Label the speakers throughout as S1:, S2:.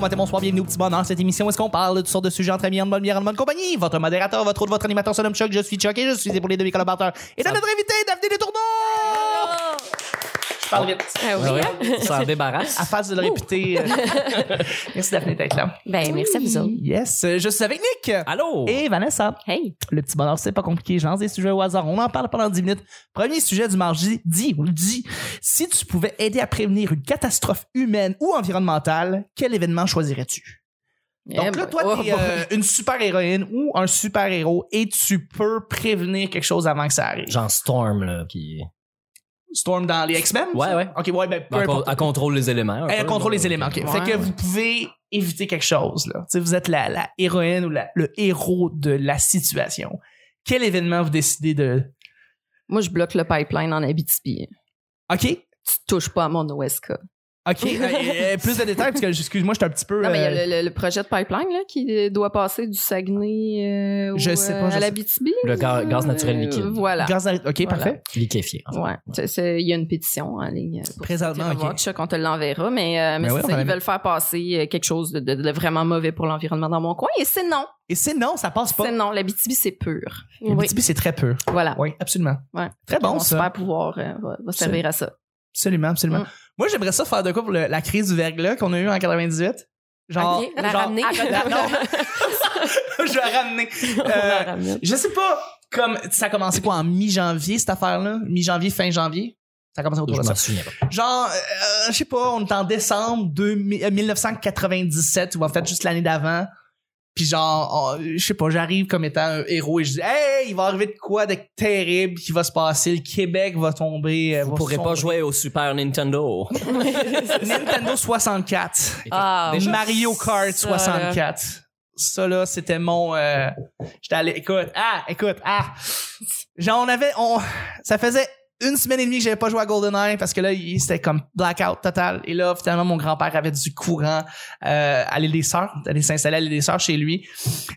S1: matin, bonsoir, bienvenue au petit bonheur. Cette émission, où est-ce qu'on parle de toutes sortes de sujets entre amis, en bonne bière, en bonne compagnie? Votre modérateur, votre hôte, votre animateur, son nom Chuck, je suis Chuck et je suis épaulé de mes collaborateurs. Et de notre invité, Daphné Les Tourneaux! Je parle vite.
S2: Ah oui, hein?
S3: Ça en débarrasse.
S1: À face de le répéter. euh. Merci Daphné d'être là.
S2: Ben, merci à vous autres.
S1: Yes, euh, je suis avec Nick.
S3: Allô?
S1: Et Vanessa.
S2: Hey!
S1: Le petit bonheur, c'est pas compliqué. Je lance des sujets au hasard. On en parle pendant 10 minutes. Premier sujet du mardi, dit, on le dit. Si tu pouvais aider à prévenir une catastrophe humaine ou environnementale, quel événement choisirais-tu? Donc
S2: Eh
S1: là,
S2: boy.
S1: toi,
S2: Oh,
S1: t'es
S2: boy.
S1: euh, une super-héroïne ou un super-héros et tu peux prévenir quelque chose avant que ça arrive.
S3: Genre Storm, là, qui.
S1: Storm dans les X-Men?
S3: Ouais,
S1: ça?
S3: ouais.
S1: OK, ouais, ben, peu
S3: Elle
S1: importe.
S3: con- elle contrôle les éléments. un
S1: Elle
S3: peu,
S1: contrôle
S3: là.
S1: les éléments. ok.
S2: Ouais.
S1: Fait que vous pouvez éviter quelque chose. Là. Tu sais, Vous êtes la, la héroïne ou la- le héros de la situation. Quel événement vous décidez de...
S2: Moi, je bloque le pipeline en Abitibi.
S1: OK,
S2: Tu touches pas à mon OSK.
S1: OK. euh, euh, plus de détails, parce que, excuse-moi, je suis un petit peu...
S2: Non, mais Ah, ben, il y a
S1: euh,
S2: le, le- le projet de pipeline là, qui euh, doit passer du Saguenay euh, au,
S1: Je sais pas,
S2: euh,
S1: je
S2: à
S1: sais-
S2: l'Abitibi. Euh,
S3: Le ga- gaz naturel liquide.
S2: Voilà.
S1: gaz à- OK,
S2: Voilà.
S1: parfait.
S3: Liquéfié. en fait.
S2: Ouais. C'est- c'est- Il y a une pétition en ligne. pour-
S1: Présentement,
S2: On va voir,
S1: Ah, OK.
S2: Chuck, on te l'enverra, mais, euh, mais
S1: Ben
S2: c'est
S1: oui, on
S2: ça,
S1: va la
S2: ils veulent faire passer euh, quelque chose de, de- de vraiment mauvais pour l'environnement dans mon coin. Et c'est non.
S1: Et c'est non, ça passe pas.
S2: C'est non. L'Abitibi, c'est pur.
S1: Le BTB, c'est très peu.
S2: Voilà.
S1: Oui, absolument.
S2: Ouais.
S1: Très bon,
S2: Mon
S1: ça.
S2: super pouvoir euh, va, va servir à ça.
S1: Absolument, absolument.
S2: Mm.
S1: Moi, j'aimerais ça faire de quoi pour le- la crise du verglas qu'on a eu en 98. Genre,
S2: Ok, la
S1: genre-
S2: ramener.
S1: Ah, non. je vais la ramener. Euh, je sais pas, comme ça a commencé quoi en mi-janvier cette affaire-là, mi-janvier, fin janvier. Ça a commencé autour
S3: Je
S1: de ça.
S3: m'en souviens pas.
S1: Genre, euh, je sais pas, on est en décembre 2000 euh, 1997 ou en fait juste l'année d'avant. Puis genre, on- je sais pas, j'arrive comme étant un héros et je dis, hey, il va arriver de quoi de terrible qui va se passer, le Québec va tomber. euh,
S3: Vous
S1: va
S3: pourrez pas
S1: sombrer.
S3: jouer au Super Nintendo.
S1: Nintendo 64.
S2: Ah,
S3: Déjà-
S1: Mario Kart
S2: ça, là.
S1: 64. Ça là, c'était mon. euh, J'étais allé. Écoute, ah, écoute, ah. Genre on avait, on, ça faisait une semaine et demie que j'avais pas joué à GoldenEye parce que là il- c'était comme blackout total. Et là finalement mon grand père avait du courant euh, à l'île des Sœurs, d'aller s'installer à l'île des Sœurs chez lui.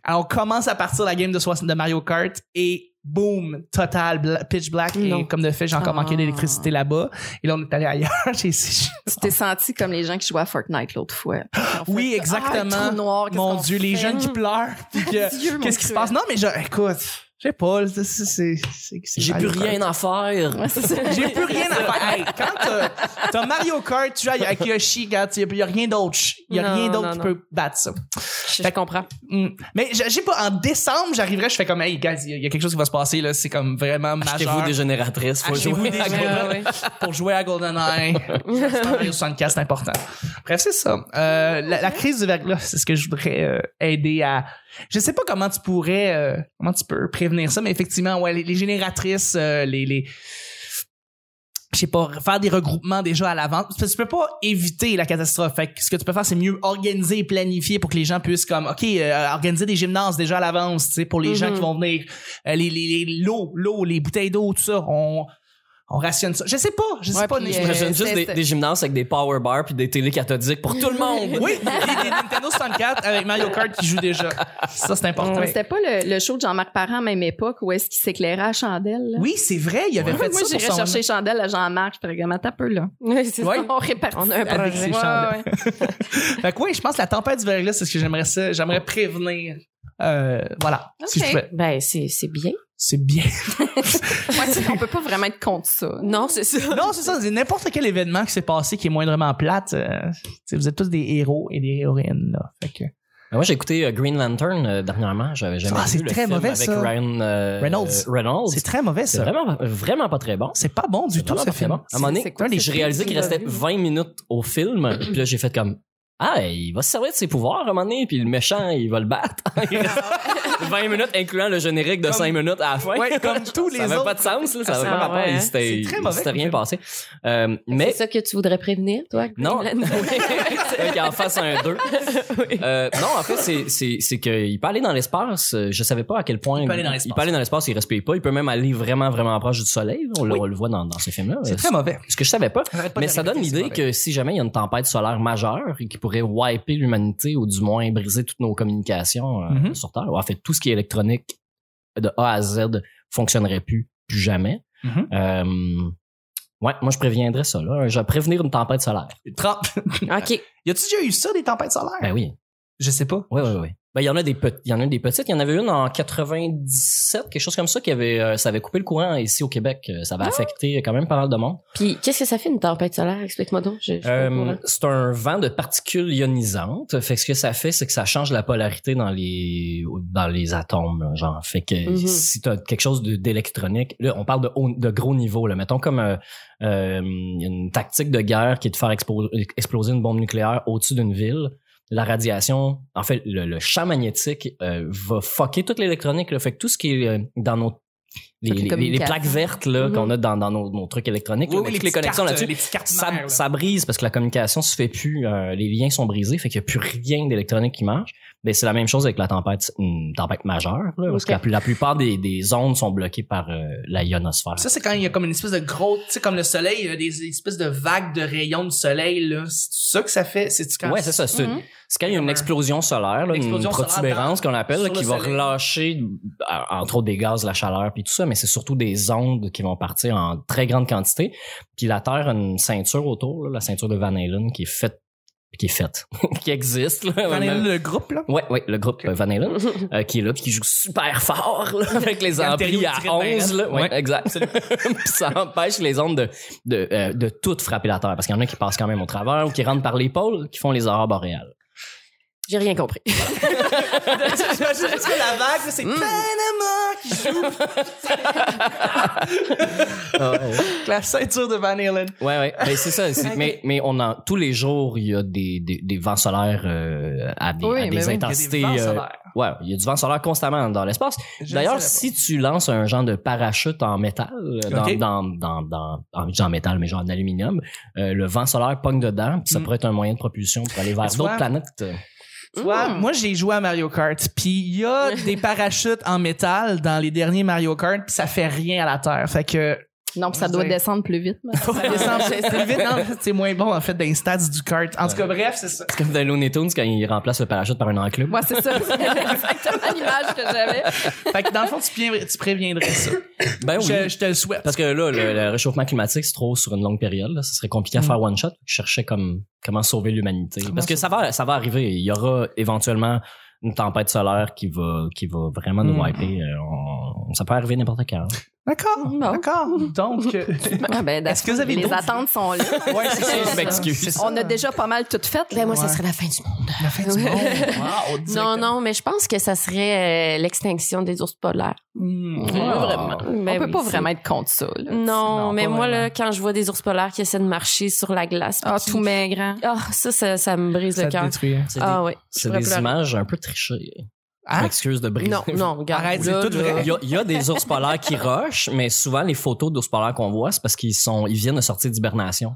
S1: Alors on commence à partir la game de, soix- de Mario Kart et boom total bla- pitch black
S2: Non.
S1: et comme de fait j'ai encore
S2: Ah. Oh,
S1: manqué d'électricité là-bas. Et là on est allé ailleurs chez
S2: Tu t'es senti comme les gens qui jouaient à Fortnite l'autre fois.
S1: Ah, Oui, exactement.
S2: Ah, un trou noir, qu'est-ce
S1: Mon
S2: qu'on
S1: Dieu, les
S2: fait?
S1: jeunes qui pleurent. puis que-
S2: Dieu, mon
S1: Qu'est-ce qui se
S2: Dieu.
S1: passe? Non, mais je, écoute, je sais pas. c'est- c'est- c'est- c'est- c'est
S3: J'ai plus
S1: Mario Kart.
S3: rien à faire.
S2: Ouais, c'est ça.
S1: J'ai plus rien à faire. Hey, quand t'as- t'as Mario Kart, tu joues avec Yoshi, regarde, il n'y a rien d'autre. Il y a
S2: Non,
S1: rien d'autre
S2: non,
S1: qui
S2: non.
S1: peut battre ça.
S2: Je, je comprends.
S1: Mm. Mais je- j'ai pas, en décembre, j'arriverai, je fais comme, hey, guys, il y a- il y, a quelque chose qui va se passer, là. C'est comme vraiment
S3: Achetez-vous
S1: majeur.
S3: des génératrices. Faut
S1: Achetez-vous
S3: jouer
S1: des
S3: à
S1: génératrices.
S3: Golden-
S1: Ouais, pour jouer à GoldenEye. Super Mario 64, c'est important. Bref, c'est ça. Euh, la, la crise du verglas, c'est ce que je voudrais euh, aider à. Je sais pas comment tu pourrais, euh, comment tu peux prévenir ça, mais effectivement, ouais, les, les génératrices, euh, les, les- je sais pas, faire des regroupements déjà à l'avance. Parce que tu peux pas éviter la catastrophe. Fait que ce que tu peux faire, c'est mieux organiser et planifier pour que les gens puissent comme, ok, euh, organiser des gymnases déjà à l'avance, tu sais, pour les gens
S2: Mhm.
S1: qui vont venir, Euh, les, les, les- l'eau, l'eau, les bouteilles d'eau, tout ça, on, on rationne ça. Je sais pas, je sais
S2: Ouais,
S1: pas.
S2: puis,
S1: mais-
S2: euh,
S3: J'imagine juste
S2: c'est-
S3: des,
S2: c'est-
S3: des gymnases avec des power bars puis des télé cathodiques pour tout le monde.
S1: Oui, des, des Nintendo 64 avec Mario Kart qui joue déjà. Ça, c'est important.
S2: C'était pas le, le show de Jean-Marc Parent à même époque où est-ce qu'il s'éclairait à chandelle? là?
S1: Oui, c'est vrai, il avait
S2: Ouais,
S1: fait
S2: moi,
S1: ça
S2: j'irais
S1: pour son...
S2: chercher chandelle à Jean-Marc. Je regarde, attends un peu, là.
S1: Ouais.
S2: On répartit. On a un
S1: Avec ses chandelles. Fait que oui, je pense que la tempête du verglas, c'est ce que j'aimerais ça. J'aimerais prévenir. Euh, voilà, si
S2: Ok.
S1: je pouvais.
S4: Ben, c'est c'est bien.
S1: C'est bien.
S2: on peut pas vraiment être contre ça.
S4: Non, c'est ça.
S1: non, c'est ça. c'est N'importe quel événement qui s'est passé qui est moindrement plate, euh, t'sais, vous êtes tous des héros et des héroïnes. Là. Fait que...
S3: Mais Moi, j'ai écouté euh, Green Lantern euh, dernièrement. J'avais jamais
S1: Ah,
S3: vu
S1: c'est
S3: le
S1: très
S3: film
S1: mauvais,
S3: avec
S1: ça.
S3: Ryan euh,
S1: Reynolds.
S3: euh, Reynolds.
S1: C'est très mauvais,
S3: C'est
S1: ça.
S3: vraiment, vraiment pas très bon.
S1: C'est pas bon du
S3: C'est
S1: tout,
S3: vraiment
S1: ce
S3: pas très
S1: film.
S3: bon. À un moment
S2: C'est
S3: donné,
S2: quoi
S3: j'ai
S2: cette
S3: réalisé qu'il
S2: série,
S3: restait
S2: là?
S3: 20 minutes au film. Puis là, j'ai fait comme... Ah, il va se servir de ses pouvoirs à un moment donné, puis le méchant, il va le battre. Il reste 20 minutes, incluant le générique de
S1: Comme-
S3: 5 minutes à la fin.
S1: Ouais, comme tous les
S3: ça avait
S1: autres.
S3: pas de sens, là, ça avait
S4: Ah,
S3: pas rapport.
S4: ouais,
S3: Il
S4: hein.
S3: s'était-
S1: C'est très
S3: il
S1: mauvais
S3: s'était rien
S1: comme
S3: passé. Euh,
S4: C'est
S3: mais
S4: ça que tu voudrais prévenir, toi?
S3: non, Ouais, qu'il en fasse un 2. non, en fait, c'est- c'est c'est qu'il peut aller dans l'espace. Euh, Je savais pas à quel point.
S1: Il peut aller dans l'espace.
S3: Il peut aller dans l'espace, il respire pas. Il peut même aller vraiment, vraiment proche du soleil. On, le-
S1: Oui.
S3: on le voit dans, dans ce film-là.
S1: C'est
S3: Euh,
S1: très mauvais.
S3: Ce que je savais pas.
S1: J'arrête pas
S3: Mais
S1: de
S3: ça donne
S1: répéter, c'est
S3: l'idée
S1: mauvais.
S3: que si jamais il y a une tempête solaire majeure et qui pourrait wiper l'humanité ou du moins briser toutes nos communications euh,
S1: Mhm.
S3: sur Terre, ou en fait tout ce qui est électronique de A à Z fonctionnerait plus, plus jamais.
S1: Mhm.
S3: Euh, Ouais, moi je préviendrais ça, là. Je vais prévenir une tempête solaire.
S1: Trente-
S2: OK.
S1: Y a-tu déjà eu ça, des tempêtes solaires?
S3: Ben oui.
S1: Je sais pas.
S3: Oui, oui, oui. Ben, il y en a des petites. Il y en a des petites. Il y en avait une en 97, quelque chose comme ça, qui avait, euh, ça avait coupé le courant ici au Québec. Euh,
S1: Ah!
S3: Ça avait affecté quand même pas mal de monde.
S4: Puis qu'est-ce que ça fait une tempête solaire? Explique-moi donc. Je, je suis pas au
S3: Euh,
S4: courant.
S3: c'est un vent de particules ionisantes. Fait que ce que ça fait, c'est que ça change la polarité dans les dans les atomes. là, genre, fait que
S4: Mhm.
S3: si t'as quelque chose de- d'électronique, là, on parle de, haut- de gros niveau. Là, mettons comme euh, euh, il y a une tactique de guerre qui est de faire expo- exploser une bombe nucléaire au-dessus d'une ville. La radiation, en fait, le, le champ magnétique euh, va fucker toute l'électronique. là. Fait que tout ce qui est euh, dans nos les,
S2: Toutes les
S3: les- les
S2: communications.
S3: plaques vertes là,
S4: Mhm.
S3: qu'on a dans, dans nos, nos trucs électroniques, là, mais toutes les
S1: petites
S3: connexions
S1: cartes,
S3: là-dessus,
S1: Les petites cartes
S3: ça,
S1: mères, là.
S3: ça brise parce que la communication se fait plus, euh, les liens sont brisés, fait qu'il n'y a plus rien d'électronique qui marche. Mais c'est la même chose avec la tempête, une tempête majeure, là, parce
S4: Ok.
S3: que la, plus- la plupart des, des ondes sont bloquées par euh, la ionosphère.
S1: Ça, c'est quand il y a comme une espèce de gros, tu sais, comme le soleil, il y a des espèces de vagues de rayons de soleil, là. C'est ça que ça fait? C'est quand
S3: Ouais, c'est ça. C'est
S2: Mhm.
S3: c'est quand il y a une explosion solaire, là,
S1: Une explosion
S3: une
S1: solaire
S3: protubérance qu'on appelle, là,
S1: sur
S3: qui
S1: le
S3: va
S1: soleil.
S3: relâcher, euh, entre autres, des gaz, la chaleur, puis tout ça, mais c'est surtout des ondes qui vont partir en très grande quantité. Puis la Terre a une ceinture autour, là, la ceinture de Van Halen, qui est faite, qui est faite, qui existe. là.
S1: Quand il y a le groupe, là.
S3: Ouais, ouais, le groupe euh, Van Halen, euh, qui est là, puis qui joue super fort, là, avec les
S1: Quand Terry
S3: amplis à
S1: tirait de
S3: 11, là. hein? Ouais,
S1: Ouais.
S3: exact. Puis ça empêche les ondes de, de, euh, de toutes frapper la Terre, parce qu'il y en a qui passent quand même au travers, ou qui rentrent par l'épaule, qui font les aurores boréales.
S4: J'ai rien compris.
S1: J'imagine juste que la vague, là, c'est Panama qui Ah joue. la ceinture de Van Halen.
S3: Ouais, ouais. Mais c'est ça. c'est-
S1: Ok.
S3: Mais, mais on en, tous les jours, il y a des, des, des vents solaires euh, à des,
S2: Oui,
S3: à des
S2: mais oui.
S3: intensités.
S1: Il y a des vents
S3: euh,
S1: solaires.
S3: ouais, il y a du vent solaire constamment dans l'espace.
S1: Je ne
S3: D'ailleurs,
S1: savais
S3: si tu lances un genre de parachute en métal, euh, dans,
S1: Ok.
S3: dans, dans, dans, en, en métal, mais genre en aluminium, euh, le vent solaire pogne dedans, puis ça
S1: Mm.
S3: pourrait être un moyen de propulsion pour aller vers
S1: Tu
S3: d'autres
S1: vois?
S3: planètes. euh,
S1: Tu vois, moi j'ai joué à Mario Kart, puis il y a des parachutes en métal dans les derniers Mario Kart, puis ça fait rien à la terre. Fait que
S2: Non, puis ça
S1: Je
S2: doit
S1: sais.
S2: descendre plus vite. mais-
S1: ça descend plus vite. Non, c'est moins bon en fait dans les stats du kart. En tout cas, bref, c'est ça.
S3: C'est comme dans Looney Tunes quand ils remplacent le parachute par un enclume.
S2: Moi, c'est ça. C'est exactement l'image que j'avais.
S1: Fait que dans le fond, tu, pré- tu préviendrais ça.
S3: Ben oui.
S1: Je, je te le souhaite.
S3: Parce que là, le, le réchauffement climatique, c'est trop sur une longue période. Là. Ça serait compliqué à
S1: Mm.
S3: faire one shot. Je cherchais comme comment sauver l'humanité. Parce que ça va, ça va arriver. Il y aura éventuellement une tempête solaire qui va, qui va vraiment nous
S1: Mm.
S3: wiper. Euh, on- ça peut arriver n'importe quand.
S1: D'accord,
S2: Bon.
S1: d'accord. Donc, euh,
S4: Ah,
S2: Ouais, ben,
S1: Est-ce que vous avez
S2: les
S1: d'autres-
S2: attentes sont là.
S1: ouais, c'est ça. Ben,
S3: Je m'excuse.
S1: C'est ça.
S2: On a déjà pas mal toutes faites.
S4: Là, Ben, moi, ça
S1: Ouais.
S4: serait la fin du monde.
S1: la fin du monde. Wow, direct.
S4: Non, non, mais je pense que ça serait euh, l'extinction des ours polaires. Mm.
S1: Hmm.
S3: Ouais,
S2: vraiment.
S4: Ben
S2: on peut
S4: oui,
S2: pas
S4: c'est-
S2: vraiment être contre ça. là.
S4: Non,
S1: Non,
S4: mais
S1: pas
S4: moi,
S1: vraiment.
S4: là, quand je vois des ours polaires qui essaient de marcher sur la glace.
S2: Ah,
S4: puis qui-
S2: tout maigre. hein.
S4: Ah, ça, ça, ça me brise
S1: Ça
S4: le
S1: te
S4: cœur.
S1: détruit. hein.
S3: C'est des,
S4: Ah, ouais. je
S3: c'est
S4: pourrais
S3: des
S4: pleurer.
S3: images un peu trichées. Je
S1: Ah,
S3: m'excuse de briser.
S4: Non, non, regarde.
S1: Arrête, c'est
S4: là,
S1: tout
S4: là.
S1: vrai.
S3: Il y, a, il y a des ours polaires qui rushent, mais souvent les photos d'ours polaires qu'on voit, c'est parce qu'ils sont, ils viennent de sortir d'hibernation.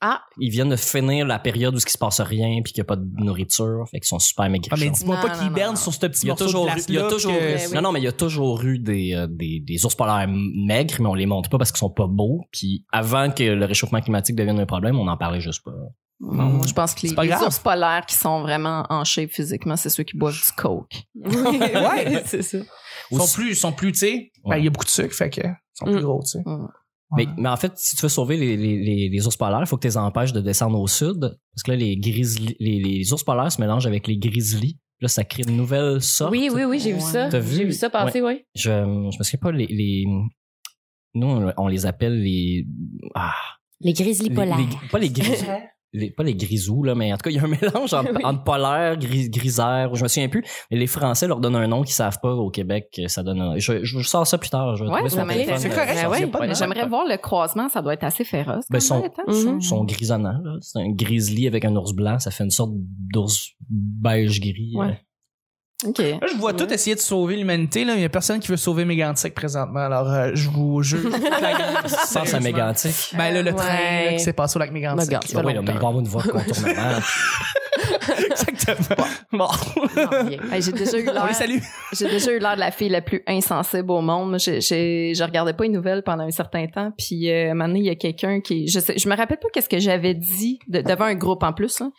S4: Ah.
S3: Ils viennent de finir la période où ce qui se passe rien, puis qu'il n'y a pas de nourriture, fait qu'ils sont super
S1: Ah, mais
S3: maigrichons.
S1: dis-moi
S4: Non,
S1: pas
S4: non,
S1: qu'il
S4: non,
S1: berne
S4: non.
S1: sur ce petit
S3: Il y a
S1: morceau de
S3: toujours, eu-
S1: glace
S3: il y a toujours eu-
S4: que-
S3: non, non, mais il y a toujours eu des, euh, des, des ours polaires maigres, mais on les montre pas parce qu'ils sont pas beaux. Puis avant que le réchauffement climatique devienne un problème, on en parlait juste pas.
S1: Non, moi,
S2: je pense que les,
S1: pas
S2: les
S1: grave.
S2: ours polaires qui sont vraiment en shape physiquement, c'est ceux qui boivent du coke.
S1: Ouais.
S4: c'est ça.
S1: Ils sont
S3: Aussi-
S1: plus, ils sont plus, tu sais. ben, Il
S3: Ouais.
S1: y a beaucoup de sucre, fait que. Ils sont
S4: Mm.
S1: plus gros, tu sais.
S2: Mm.
S1: Ouais.
S3: Mais, mais en fait, si tu veux sauver les, les, les, les ours polaires, il faut que tu les empêches de descendre au sud. Parce que là, les, grizzly, les, les ours polaires se mélangent avec les grizzlies. Puis Là, ça crée une nouvelle sorte.
S4: Oui, oui, oui, j'ai vu
S2: Ouais.
S4: ça.
S3: T'as vu?
S4: J'ai vu ça passer, oui.
S3: Je, je me souviens pas, les, les- Nous, on, on les appelle les... Ah,
S4: Les grizzlies
S3: les-
S4: polaires.
S3: les- pas les grizzlies. les- pas les grisous, là, mais en tout cas, il y a un mélange entre,
S4: Oui.
S3: entre polaire, gris, grisaire, ou je me souviens plus. Mais les Français leur donnent un nom qu'ils savent pas au Québec. Ça donne un- je, je vous sors ça plus tard. Je vais
S2: Ouais,
S3: trouver sur
S2: ça
S3: mon
S2: m'intéresse.
S3: téléphone.
S1: C'est correct,
S3: Euh,
S1: ça,
S3: ouais,
S1: y a pas de
S3: ouais,
S1: mal.
S2: J'aimerais voir le croisement, ça doit être assez féroce.
S3: Ben,
S2: comme
S3: son-
S2: bête, hein?
S4: Mhm.
S3: sont grisonnants. là. C'est un grizzly avec un ours blanc. Ça fait une sorte d'ours beige gris.
S4: Ouais.
S3: euh.
S2: OK.
S1: Là, je vois tout essayer de sauver l'humanité. Là. Il n'y a personne qui veut sauver Mégantic présentement. Alors, euh, je vous jure.
S3: Je pense
S1: Sans
S3: à mégantique.
S1: Ben là, le
S4: Ouais.
S1: train là, qui s'est passé au lac
S4: Ben,
S1: Mégantic.
S4: regarde, ça
S3: Ah oui, là,
S4: longtemps.
S3: mais il va avoir une voie de contournement.
S1: Exactement. Bon.
S4: Non, bien.
S2: Hey, j'ai déjà eu
S1: On
S2: l'air-
S1: les salue.
S2: j'ai déjà eu l'air de la fille la plus insensible au monde. Moi, j'ai- j'ai- je regardais pas les nouvelles pendant un certain temps. Puis, euh, à un moment donné, il y a quelqu'un qui. Je, sais, je me rappelle pas qu'est-ce que j'avais dit de- devant un groupe en plus. hein.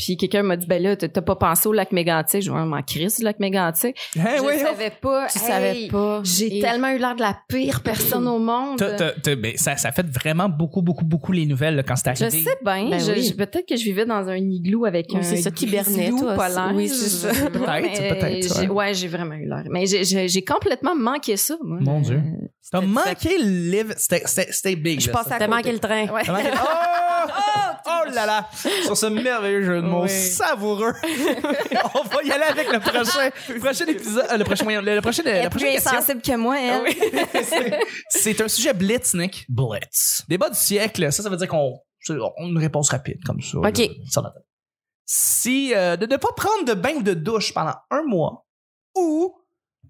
S2: Puis quelqu'un m'a dit, ben là, t'as t'as pas pensé au lac Mégantic. Je vais m'en crise, le lac
S1: Hey,
S2: Mégantic. je
S1: Hein, ouais, ouais.
S2: savais pas.
S4: Tu
S2: Hey,
S4: savais pas.
S2: J'ai
S4: Et-
S2: tellement eu l'air de la pire personne au monde.
S1: T'as- t'as- t'as- ben, ça, ça fait vraiment beaucoup, beaucoup, beaucoup les nouvelles là, quand c'est
S2: Je
S1: arrivé.
S2: sais bien.
S4: Ben
S2: je-
S4: oui.
S2: je- Peut-être que je vivais dans un igloo avec
S4: Oui,
S2: un.
S4: c'est ça,
S2: grizzlou
S4: Kibernet, toi,
S2: polaire.
S4: oui, c'est ça.
S2: Je-
S1: Peut-être,
S2: mais
S1: peut-être,
S2: j'ai-
S1: ouais.
S2: Ouais, j'ai vraiment eu l'air. Mais j'ai- j'ai j'ai complètement manqué ça, moi.
S1: Mon Dieu.
S2: Euh,
S1: T'as manqué le live. C'était- C'était c'était big.
S4: Je
S1: là,
S4: passe
S1: ça.
S4: à T'as manqué le train.
S2: ouais.
S1: T'as manqué- Oh! Oh là là! Sur ce merveilleux jeu de mots
S2: Oui.
S1: savoureux, on va y aller avec le prochain, prochain épisode, euh, le prochain, moyen- le, le prochain,
S2: Elle
S1: la
S2: est
S1: prochaine
S2: plus
S1: question.
S2: sensible que moi, elle.
S1: C'est- C'est un sujet blitz, Nick.
S3: Blitz.
S1: Débat du siècle, ça, ça veut dire qu'on on a une réponse rapide comme ça. là,
S4: OK.
S1: sur la tête. si euh, de ne pas prendre de bain ou de douche pendant un mois ou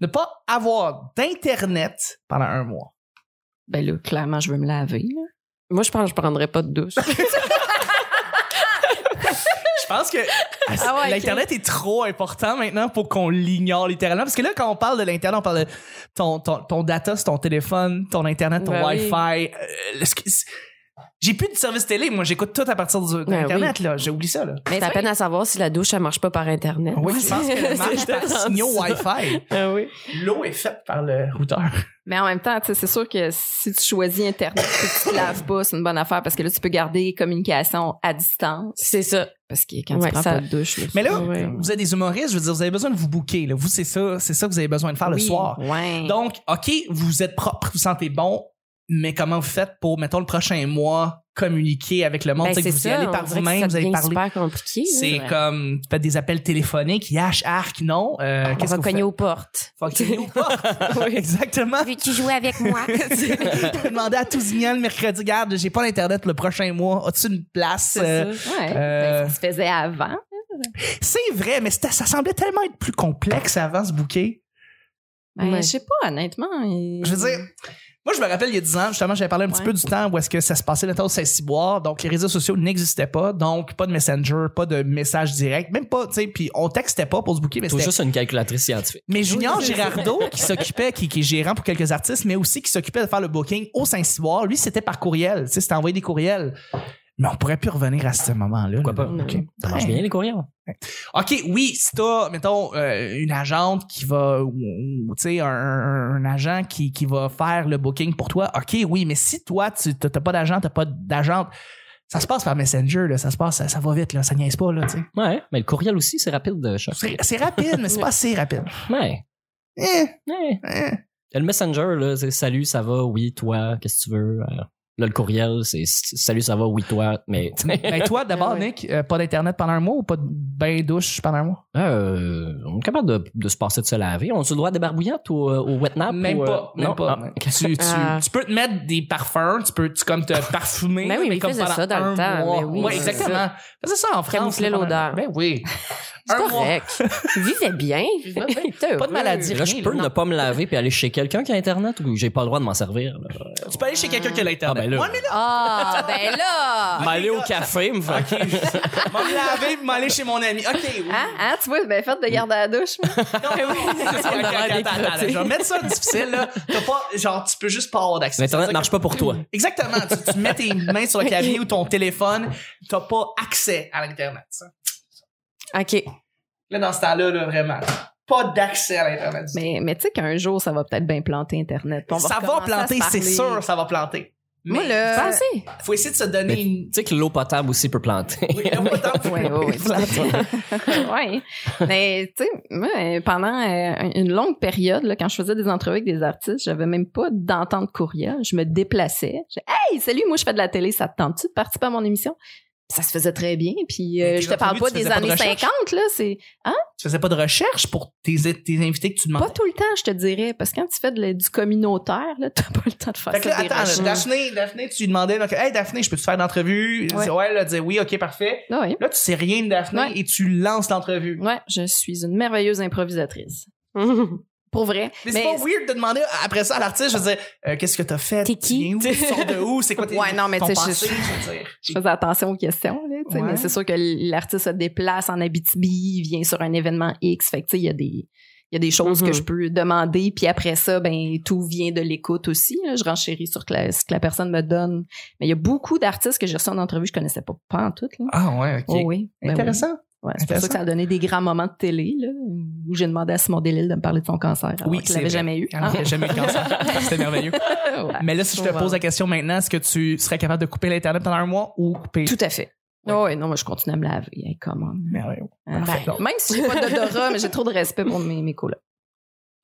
S1: ne pas avoir d'internet pendant un mois.
S2: Ben là, clairement, je veux me laver. là.
S4: Moi, je pense que je prendrais pas de douche.
S1: Je pense que
S4: Ah ouais, OK.
S1: l'internet est trop important maintenant pour qu'on l'ignore littéralement parce que là quand on parle de l'internet on parle de ton, ton, ton data sur ton téléphone, ton internet, ton
S4: Ben oui.
S1: wifi. euh, le- ce qui- j'ai plus de service télé, moi j'écoute tout à partir de,
S4: Ben
S1: d'internet là, j'ai oublié ça là.
S4: Mais t'as peine à savoir si la douche, elle marche pas par Internet.
S1: Oui, je pense qu'elle marche par signaux Wi-Fi.
S4: Ah oui.
S1: L'eau est faite par le routeur.
S2: Mais en même temps, tu sais, c'est sûr que si tu choisis Internet et que tu te laves pas, c'est une bonne affaire parce que là, tu peux garder communication à distance.
S4: C'est ça.
S2: Parce que quand
S4: Ouais,
S2: tu prends
S4: ça-
S2: pas de douche, là,
S1: Mais là,
S4: Ouais.
S1: vous êtes des humoristes, je veux dire, vous avez besoin de vous bouquer. Là. Vous, c'est ça, c'est ça que vous avez besoin de faire le
S2: oui,
S1: soir.
S4: Mm.
S2: Ouais.
S1: Donc, OK, vous êtes propre, vous sentez bon, mais comment vous faites pour, mettons, le prochain mois, communiquer avec le monde?
S4: Ben,
S1: C'est que
S4: c'est
S1: vous y
S4: ça,
S1: allez
S4: on
S1: par
S4: dirait que
S1: vous-même,
S4: ça
S1: vous allez
S4: devient
S1: parler.
S4: super compliqué. là.
S1: C'est
S4: Ouais.
S1: comme, faites des appels téléphoniques, yash, arc, non. Euh,
S4: On
S1: qu'est-ce
S4: va
S1: que vous faites?
S4: cogner aux portes.
S1: Faut cogner aux portes. Exactement.
S4: Veux-tu jouer avec moi?
S1: Demander à Tousignan le mercredi, garde, j'ai pas l'internet pour le prochain mois. As-tu une place? Euh,
S4: C'est ça.
S2: Ouais.
S1: Euh,
S2: Ben, ça se faisait avant.
S1: C'est vrai, mais c'était- ça semblait tellement être plus complexe avant ce bouquet.
S2: Ben,
S4: Ouais.
S2: Je sais pas, honnêtement. il-
S1: Je veux dire, moi, je me rappelle il y a 10 ans, justement, j'avais parlé un petit
S2: Ouais.
S1: peu du temps où est-ce que ça se passait, notamment au Saint-Cyboire. Donc, les réseaux sociaux n'existaient pas. Donc, pas de Messenger, pas de message direct, même pas, tu sais, puis on textait pas pour se bouquer, mais
S3: Tout
S1: c'était-
S3: juste une calculatrice scientifique.
S1: Mais Junior
S4: Oui, c'est ça.
S1: Girardeau, qui s'occupait, qui, qui est gérant pour quelques artistes, mais aussi qui s'occupait de faire le booking au Saint-Cyboire, lui, c'était par courriel. Tu sais, c'était envoyer des courriels. Mais on pourrait plus revenir à ce moment-là.
S3: Pourquoi
S1: là.
S3: pas?
S1: OK.
S3: Ça marche
S1: Ouais.
S3: bien, les courriels.
S1: OK, oui, si t'as, mettons, euh, une agente qui va, ou, ou, tu sais, un, un- un agent qui, qui va faire le booking pour toi, OK, oui, mais si toi, tu t'as t'as pas d'agent, t'as pas d'agente, ça se passe par Messenger, là, ça se passe, ça, ça va vite, là, ça niaise pas, là, tu sais.
S3: Ouais, mais le courriel aussi, c'est rapide de choc.
S1: C'est- C'est rapide, mais c'est pas assez rapide.
S3: Ouais.
S1: Eh,
S3: ouais.
S1: eh.
S3: Le messenger, là, c'est salut, ça va, oui, toi, qu'est-ce que tu veux? Euh, Là, le courriel, c'est salut, ça va, oui, toi, mais.
S1: Ben, toi, d'abord,
S4: Ouais.
S1: Nick, euh, pas d'Internet pendant un mois ou pas de bain douche pendant un mois?
S3: Euh, on est capable de, de se passer de se laver. On a le droit à des barbouillantes ou euh, au wet nap?
S1: Même
S3: ou, euh,
S1: pas, même
S3: non?
S1: pas.
S3: Ah, ok.
S1: Tu, tu-
S4: Ah.
S1: tu peux te mettre des parfums, tu peux tu, comme te parfumer.
S4: Ben oui, mais il
S1: comme
S4: faisait
S1: pendant
S4: ça dans le
S1: un
S4: temps,
S1: mois.
S4: mais oui,
S1: Ouais,
S4: c'est
S1: exactement. Faisait ça en France.
S4: Camoufler
S1: pendant-
S4: l'odeur.
S1: Ben oui.
S4: C'est
S1: Un mois.
S4: correct. Vivais bien.
S1: Vivais bien.
S4: T'es
S1: Pas de maladie,
S3: Euh, Là, je
S1: rien,
S3: peux
S1: là.
S3: ne pas me laver puis aller chez quelqu'un qui a Internet ou j'ai pas le droit de m'en servir. là?
S1: Tu peux aller chez quelqu'un qui a
S3: Ah,
S1: l'internet.
S3: ben là.
S1: Ouais, mais là,
S4: Ah, ben là!
S3: M'aller au café, me faire.
S1: m'en laver, puis m'en aller chez mon ami. OK, oui.
S2: Hein? Hein? Tu vois, ben, fait de garder à la douche.
S1: Non,
S4: Ben
S1: mais oui. C'est ça, ok, attends, attends, attends, Je vais mettre ça difficile, là. T'as pas, genre, tu peux juste pas avoir d'accès.
S3: L'Internet
S1: C'est-à-dire
S3: marche pas pour toi.
S1: que- Exactement. Tu, tu mets tes mains sur le clavier ou ton téléphone, t'as pas accès à l'internet. ça.
S4: OK.
S1: Là, dans ce temps-là, là, vraiment, pas d'accès à l'internet. du tout.
S2: Mais, mais tu sais qu'un jour, ça va peut-être bien planter Internet. puis on
S1: ça va
S2: recommencer à se
S1: planter, c'est
S2: parler.
S1: sûr, ça va planter. Mais
S2: Moi, là,
S4: Pensez.
S1: faut essayer de se donner
S3: Mais-
S1: une.
S3: Tu sais que l'eau potable aussi peut planter.
S1: Oui, là, autant que-
S2: Ouais, ouais, ouais. oui. Mais tu sais, moi, euh, pendant euh, une longue période, là, quand je faisais des entrevues avec des artistes, j'avais même pas d'entente courriel. Je me déplaçais. Je, hey, salut, moi je fais de la télé, ça te tente-tu de participer à mon émission? Puis Ça se faisait très bien. Puis euh,
S1: Mais tes
S2: je te parle
S1: entrevues,
S2: pas
S1: tu
S2: des
S1: faisais pas de
S2: années
S1: recherche?
S2: 50, là. C'est
S1: Tu faisais pas de recherche pour tes, tes invités que tu demandais.
S2: pas tout le temps, je te dirais. Parce que quand tu fais de la- du communautaire, là, t'as pas le temps de faire
S1: Fait que
S2: ça.
S1: là,
S2: des
S1: attends,
S2: recherches.
S1: là, Daphné, Daphné, tu lui demandais, donc, hey Daphné, je peux te faire une entrevue? Elle
S2: Ouais.
S1: dit, Ouais, elle a dit oui, ok, parfait.
S2: Ouais.
S1: Là, tu sais rien de Daphné
S2: Ouais.
S1: et tu lances l'entrevue.
S2: Ouais, je suis une merveilleuse improvisatrice.
S4: T'es
S2: Pour vrai.
S1: Mais c'est pas weird de demander après ça à l'artiste, je veux dire, Euh, qu'est-ce que t'as fait?
S4: T'es qui?
S1: Tu viens où? Tu sors de où? C'est quoi tes
S2: Ouais, non, mais
S1: ton
S2: tu sais,
S1: passé,
S2: je-
S1: je veux dire.
S2: je faisais attention aux questions, là, tu sais,
S1: Ouais.
S2: mais c'est sûr que l'artiste se déplace en Abitibi, il vient sur un événement X, fait que tu sais, il y a des Il y a des choses
S4: Mhm.
S2: que je peux demander, puis après ça, ben tout vient de l'écoute aussi. là. Je renchéris sur que la- ce que la personne me donne. Mais il y a beaucoup d'artistes que j'ai reçus en entrevue, je connaissais pas, pas en tout. Là.
S1: Ah ouais, ok.
S2: Oh oui, ben oui.
S1: Intéressant.
S2: Ouais, c'est pour
S1: Intéressant.
S2: ça que ça a donné des grands moments de télé là, où j'ai demandé à Simon Delille de me parler de son cancer. Alors
S1: Oui,
S2: qu'il
S1: c'est
S2: l'avait
S1: vrai.
S2: jamais eu.
S1: Elle n'avait jamais eu de cancer. C'était merveilleux.
S2: Ouais.
S1: Mais là, si je te
S2: Wow.
S1: pose la question maintenant, est-ce que tu serais capable de couper l'Internet pendant un mois ou couper.
S2: Tout à fait.
S1: Ouais.
S2: Oh, ouais, non, moi, je continue à me laver. Hey, comment?
S1: Merveilleux.
S2: Hein,
S1: Parfait.
S2: ben, même si j'ai pas d'odorat, mais j'ai trop de respect pour mes, mes collègues.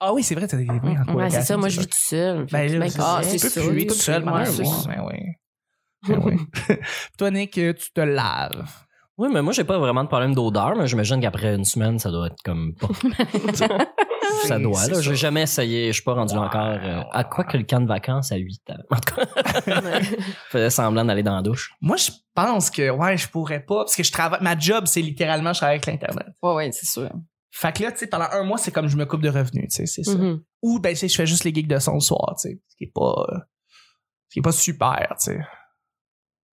S1: Ah oui, c'est vrai, t'as des oui, en
S4: Ouais, c'est
S1: colocation,
S4: ça. Moi, je
S1: sûr.
S4: vis tout seul.
S1: Ben là,
S4: c'est
S2: ah,
S1: ça,
S2: c'est
S1: tu peux
S2: sûr,
S1: puer
S2: tu
S1: tout
S2: peux
S1: seul
S2: puer,
S1: pendant un
S2: ouais,
S1: mois.
S2: c'est-
S1: Ben oui. Ben oui. Toi, Nick, euh, tu te laves.
S3: Oui, mais moi, j'ai pas vraiment de problème d'odeur, mais j'imagine qu'après une semaine, ça doit être comme. pas- ça doit,
S1: C'est
S3: là.
S1: ça.
S3: J'ai jamais essayé, je suis pas rendu là encore. euh, à quoi que le camp de vacances à 8 ans? En tout cas, je faisais semblant d'aller dans la douche.
S1: Moi, je pense que, ouais, je pourrais pas, parce que je travaille, ma job, c'est littéralement, je travaille avec l'Internet.
S2: Ouais, ouais, c'est sûr.
S1: Fait que là, tu sais, pendant un mois, c'est comme je me coupe de revenus, tu sais, c'est
S4: Mm-hmm.
S1: ça.
S4: Mhm.
S1: Ou, ben, tu sais, je fais juste les gigs de son le soir, tu sais, ce qui est pas, euh, ce qui est pas super, tu sais.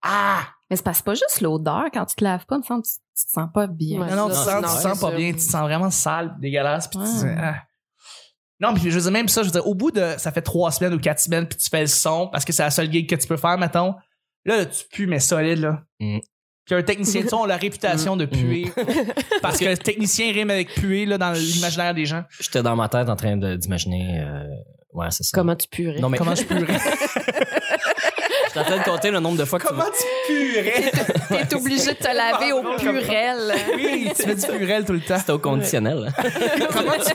S1: Ah!
S2: Mais c'est parce que c'est pas juste l'odeur. Quand tu te laves pas, il me semble que tu, tu te sens pas bien.
S4: Ouais.
S1: Non, non, tu
S4: ça,
S1: sens,
S4: non,
S1: tu
S4: c'est
S1: sens pas
S4: sûr.
S1: bien, tu te sens vraiment sale, dégueulasse, puis tu
S2: Ouais.
S1: dis, ah. Non, puis je veux dire, même ça, je veux dire, au bout de, ça fait trois semaines ou quatre semaines, puis tu fais le son, parce que c'est la seule gig que tu peux faire, mettons. Là, là, tu pues, mais solide, là.
S3: Mm.
S1: Puis un technicien de son a la réputation de puer. parce que le technicien rime avec puer, là, dans l'imaginaire des gens.
S3: J'étais dans ma tête en train de- d'imaginer. euh, ouais, c'est ça.
S4: Comment tu puerais?
S3: Non, mais
S1: Comment je puerais?
S3: j'étais en train de compter le nombre de fois que tu
S1: Comment tu puerais?
S2: T'es obligé de te laver au purel.
S1: Oui, tu fais du purel tout le temps.
S3: C'était au conditionnel.
S1: Comment tu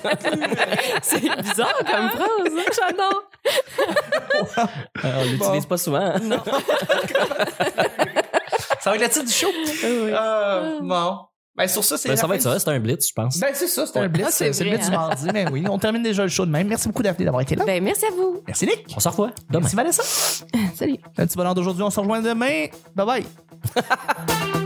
S4: C'est bizarre comme phrase. hein, J'adore.
S3: Euh, on l'utilise pas souvent. Ben,
S1: Ça va être le titre du show. Euh, bon. Ben, sur ça, c'est.
S3: Ben,
S1: la
S3: ça
S1: fin
S3: va être
S1: du-
S3: ça, c'était un blitz, je pense.
S1: Ben, c'est ça, c'était un blitz.
S4: Ah,
S1: c'est
S4: c'est
S1: le
S4: vrai,
S1: blitz
S4: hein.
S1: du mardi. Ben oui, on termine déjà le show de même. Merci beaucoup, Daphné, d'avoir été là.
S4: Ben, merci à vous.
S1: Merci, Nick.
S3: On se revoit demain.
S1: Merci, Vanessa.
S2: Salut.
S1: Le petit bonheur d'aujourd'hui, on se rejoint demain. Bye bye.